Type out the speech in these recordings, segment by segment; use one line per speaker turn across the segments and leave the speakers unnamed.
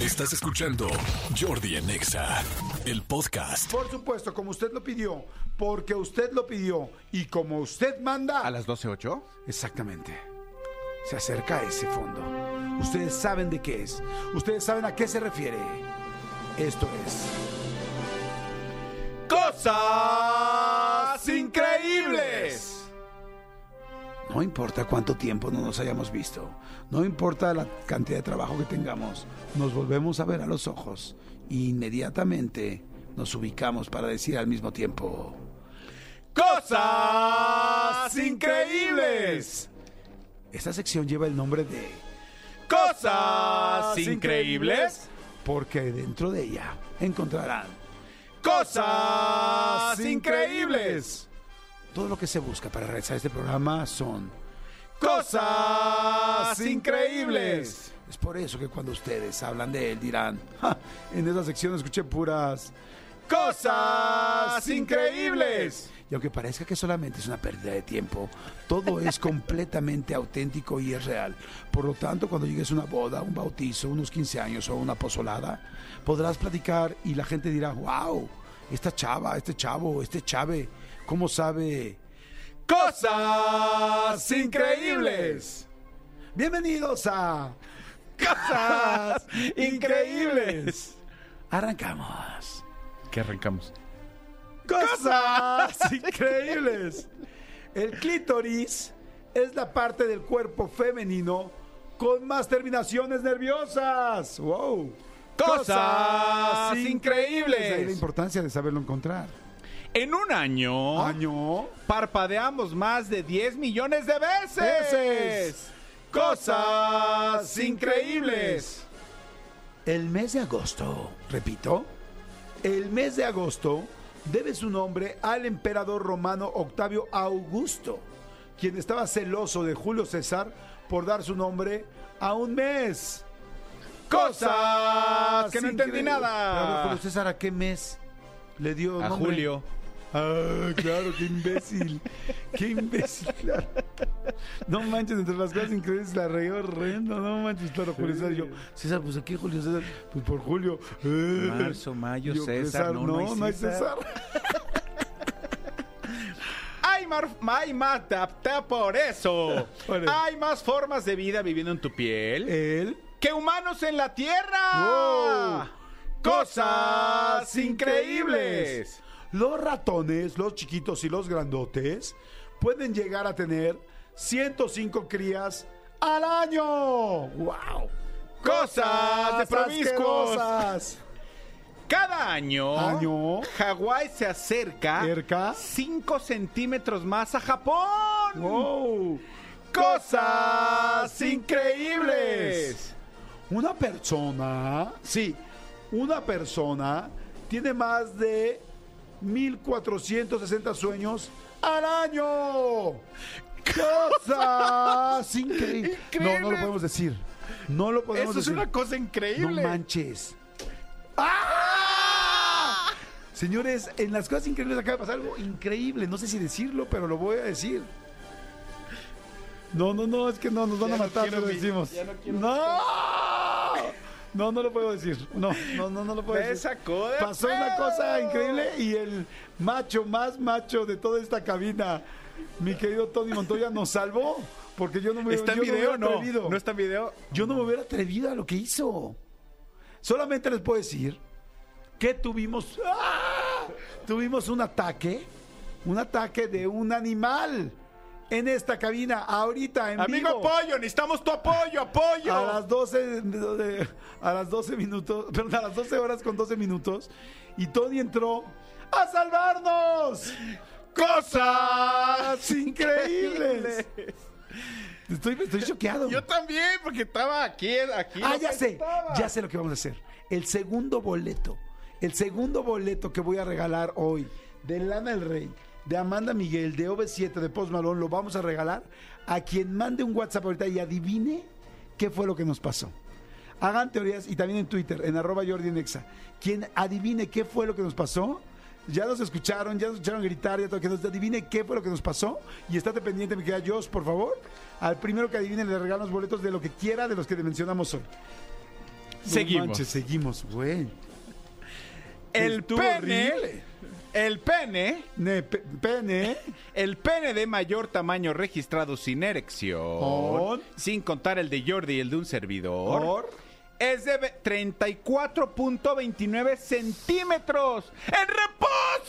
Estás escuchando Jordi en EXA, el podcast.
Por supuesto, como usted lo pidió, porque usted lo pidió y como usted manda.
¿A las 12.08?
Exactamente. Se acerca a ese fondo. Ustedes saben de qué es. Ustedes saben a qué se refiere. Esto es.
¡Cosas increíbles!
No importa cuánto tiempo no nos hayamos visto, no importa la cantidad de trabajo que tengamos, nos volvemos a ver a los ojos e inmediatamente nos ubicamos para decir al mismo tiempo.
¡Cosas increíbles!
Esta sección lleva el nombre de
¡Cosas increíbles!
Porque dentro de ella encontrarán
¡Cosas increíbles!
todo lo que se busca para realizar este programa son
¡Cosas increíbles!
Es por eso que cuando ustedes hablan de él dirán, "Ja, en esa sección escuché puras
¡Cosas increíbles!
Y aunque parezca que solamente es una pérdida de tiempo, todo es completamente auténtico y es real. Por lo tanto, cuando llegues a una boda, un bautizo, unos 15 años o una pozolada, podrás platicar y la gente dirá, wow, esta chava, este chavo, este chave, ¿cómo sabe?
¡Cosas increíbles!
Bienvenidos a...
¡Cosas increíbles!
Arrancamos.
¿Qué arrancamos?
Cosas increíbles. El clítoris es la parte del cuerpo femenino con más terminaciones nerviosas. ¡Wow!
¡Cosas
De ahí la
increíbles!
importancia de saberlo encontrar.
En un año,
Año.
parpadeamos más de 10 millones de veces.
Veces.
¡Cosas increíbles!
El mes de agosto. Repito. El mes de agosto debe su nombre al emperador romano Octavio Augusto, quien estaba celoso de Julio César por dar su nombre a un mes.
¡Cosas que no entendí
Increíble. Pero a ver,
nada!
Julio César, ¿a qué mes le dio
A
nombre?
Julio.
Ah, claro, qué imbécil. qué imbécil, claro. No manches, entre las cosas increíbles la regué horrendo. No manches, claro, Julio César. Yo, César, pues aquí Julio César. Pues por Julio. Ah.
Marzo, mayo,
Yo,
César, no, no hay César. Hay, mar, hay más tapta por eso.
Por eso. Eh.
Hay más formas de vida viviendo en tu piel
Él.
que humanos en la
¡Wow!
tierra. Cosas increíbles.
Los ratones, los chiquitos y los grandotes pueden llegar a tener 105 crías al año. ¡Wow!
Cosas de promiscuos.
asquerosas.
Cada año,
Año.
Hawái se acerca
Cerca.
5 centímetros más a Japón.
¡Wow!
Cosas increíbles.
Una persona, sí, una persona tiene más de 1460 sueños al año. Cosas increíbles. No, no lo
Increíble.
podemos decir. No lo podemos
Eso es
decir.
una cosa increíble.
No manches.
¡Ah!
Señores, en las cosas increíbles acaba de pasar algo increíble. No sé si decirlo, pero lo voy a decir. No, no, no, es que no, nos van
Ya
a
no
matar si lo
quiero mi-
decimos.
ya no quiero
no, no, no lo puedo decir. No, no, no, no lo puedo
Me
decir.
sacó de
Pasó una
pedo.
cosa increíble y el macho más macho de toda esta cabina, mi querido Tony Montoya, nos salvó. Porque yo no me,
¿Está en
yo no me
video o
hubiera
no?
atrevido.
¿No está en video?
Yo no me hubiera atrevido a lo que hizo. Solamente les puedo decir que tuvimos. ¡Ah! Tuvimos un ataque. Un ataque de un animal en esta cabina, ahorita en
Amigo
vivo.
Pollo, necesitamos tu apoyo, apoyo.
A las 12 de- de- a las 12 minutos, perdón, a las 12 horas con 12 minutos y Tony entró a salvarnos.
cosas
¡Cosas increíbles! Estoy, estoy choqueado.
Yo también, porque estaba aquí, aquí.
Ah,
no
ya sé,
estaba.
ya sé lo que vamos a hacer. El segundo boleto, el segundo boleto que voy a regalar hoy de Lana el Rey, de Amanda Miguel, de OV7, de Post Malone, lo vamos a regalar a quien mande un WhatsApp ahorita y adivine qué fue lo que nos pasó. Hagan teorías y también en Twitter, en arroba Jordi en Exa. Quien adivine qué fue lo que nos pasó, ya nos escucharon, ya nos escucharon gritar, ya todo, que nos adivine qué fue lo que nos pasó. Y estate pendiente, mi querida Joss, por favor. Al primero que adivine le regalan los boletos de lo que quiera de los que te mencionamos hoy.
Seguimos.
manches, seguimos, güey.
El
Estuvo
pene.
horrible.
El pene.
Ne- pe- pene.
El pene de mayor tamaño registrado sin erección,
Por.
sin contar el de Jordi y el de un servidor,
Por.
es de ve- 34.29 centímetros en reposo.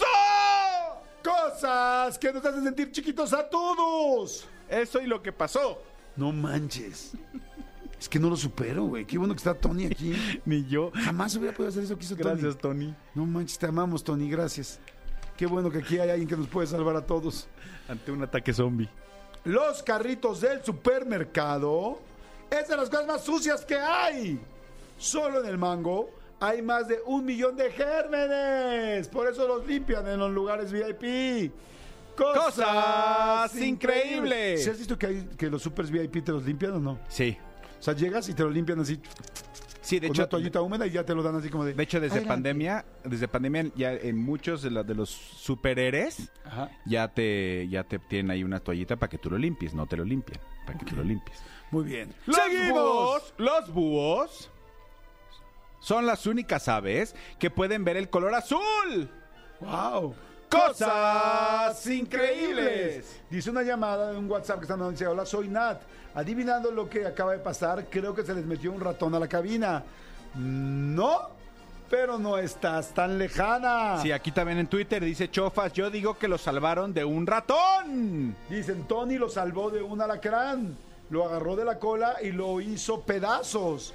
Cosas que nos hacen sentir chiquitos a todos.
Eso y lo que pasó.
No manches. Es que no lo supero, güey. Qué bueno que está Tony aquí.
Ni yo.
Jamás hubiera podido hacer eso que hizo Tony.
Tony.
No manches, te amamos, Tony, gracias. Qué bueno que aquí hay alguien que nos puede salvar a todos.
Ante un ataque zombie.
Los carritos del supermercado es de las cosas más sucias que hay. Solo en el mango hay más de un millón de gérmenes. Por eso los limpian en los lugares VIP.
Cosas increíbles.
¿Sí has visto que, hay- que los supers VIP te los limpian o no? O
Sí.
sea, llegas y te lo limpian así
Sí, de
con
hecho,
una toallita húmeda y ya te lo dan así como de...
de hecho desde
Adelante.
pandemia, desde pandemia ya en muchos de, la- de los superhéroes
Ajá.
ya te ya te tienen ahí una toallita para que tú lo limpies, no te lo limpian, para que tú lo limpies.
Muy bien.
Los
¡Seguimos!
búhos, los búhos son las únicas aves que pueden ver el color azul.
¡Wow!
Cosas increíbles.
Dice una llamada de un WhatsApp que están dando. dice, Hola, soy Nat. Adivinando lo que acaba de pasar, creo que se les metió un ratón a la cabina. No, pero no estás tan lejana.
Sí, aquí también en Twitter dice Chofas, yo digo que lo salvaron de un ratón.
Dicen, Tony lo salvó de un alacrán. Lo agarró de la cola y lo hizo pedazos.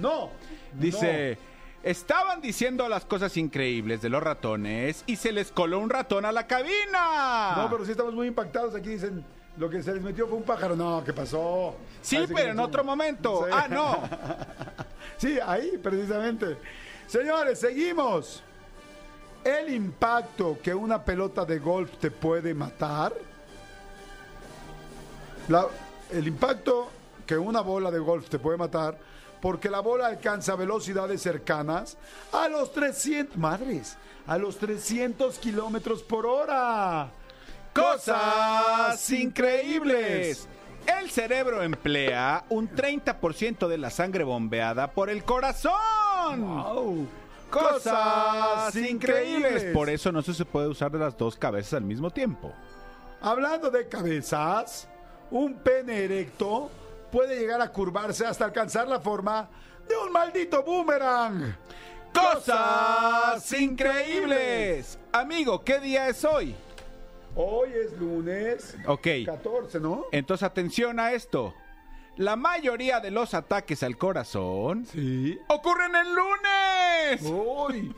No.
Dice, estaban diciendo las cosas increíbles de los ratones y se les coló un ratón a la cabina.
No, No, pero sí estamos muy impactados. Aquí dicen, lo que se les metió fue un pájaro. No, ¿qué pasó?
Sí,
Parece que
pero en
no-
otro momento.
sé.
Ah, no.
Sí, ahí precisamente. Señores, seguimos. El impacto que una pelota de golf te puede matar. La- el impacto que una bola de golf te puede matar porque la bola alcanza velocidades cercanas a los 300 madres, a los 300 kilómetros por hora.
Cosas increíbles. El cerebro emplea un 30% de la sangre bombeada por el corazón.
Wow.
Cosas increíbles. Por eso no se puede usar de las dos cabezas al mismo tiempo.
Hablando de cabezas, un pene erecto puede llegar a curvarse hasta alcanzar la forma de un maldito boomerang.
Cosas increíbles. Amigo, ¿qué día es hoy?
Hoy es lunes
Ok.
14, ¿no?
Entonces atención a esto. La mayoría de los ataques al corazón
Sí.
ocurren el lunes.
Uy,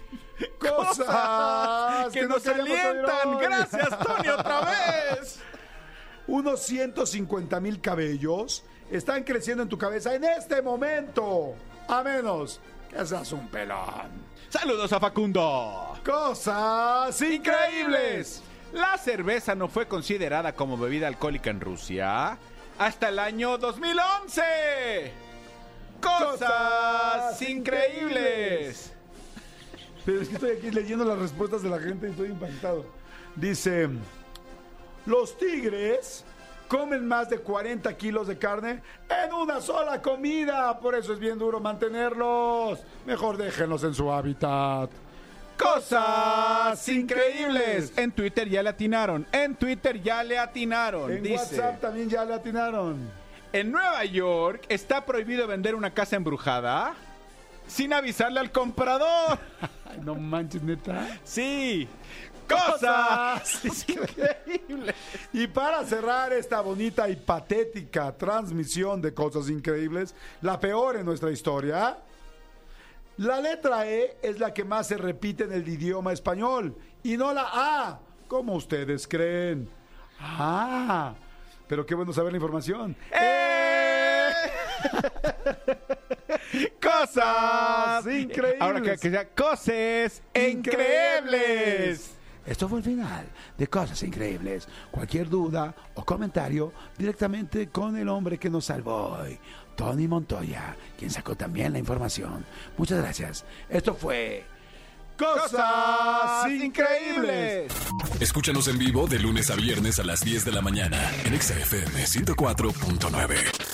cosas
cosas
que, nos
queríamos oír
alientan.
hoy.
Gracias, Tony, otra vez.
Unos 150 mil cabellos están creciendo en tu cabeza en este momento. A menos que seas un pelón.
Saludos a Facundo.
Cosas
Increíbles.
increíbles.
La cerveza no fue considerada como bebida alcohólica en Rusia hasta el año 2011. Cosas
Cosas
increíbles.
increíbles. Pero es que estoy aquí leyendo las respuestas de la gente y estoy impactado. Dice, los tigres comen más de 40 kilos de carne en una sola comida. Por eso es bien duro mantenerlos. Mejor déjenlos en su hábitat.
Cosas increíbles. En Twitter ya le atinaron. En Twitter ya le atinaron.
En
dice.
WhatsApp también ya le atinaron.
En Nueva York está prohibido vender una casa embrujada sin avisarle al comprador.
Ay, no manches, neta.
Sí. Cosas.
increíbles. Y para cerrar esta bonita y patética transmisión de cosas increíbles, la peor en nuestra historia, la letra E es la que más se repite en el idioma español y no la A, como ustedes creen. Ah, pero qué bueno saber la información.
¡Eh! Cosas
Cosas increíbles.
Ahora que, que sea cosas increíbles.
increíbles. Esto fue el final de Cosas Increíbles. Cualquier duda o comentario directamente con el hombre que nos salvó hoy, Tony Montoya, quien sacó también la información. Muchas gracias. Esto fue
Cosas increíbles.
Escúchanos en vivo de lunes a viernes a las 10 de la mañana en Exa FM 104.9.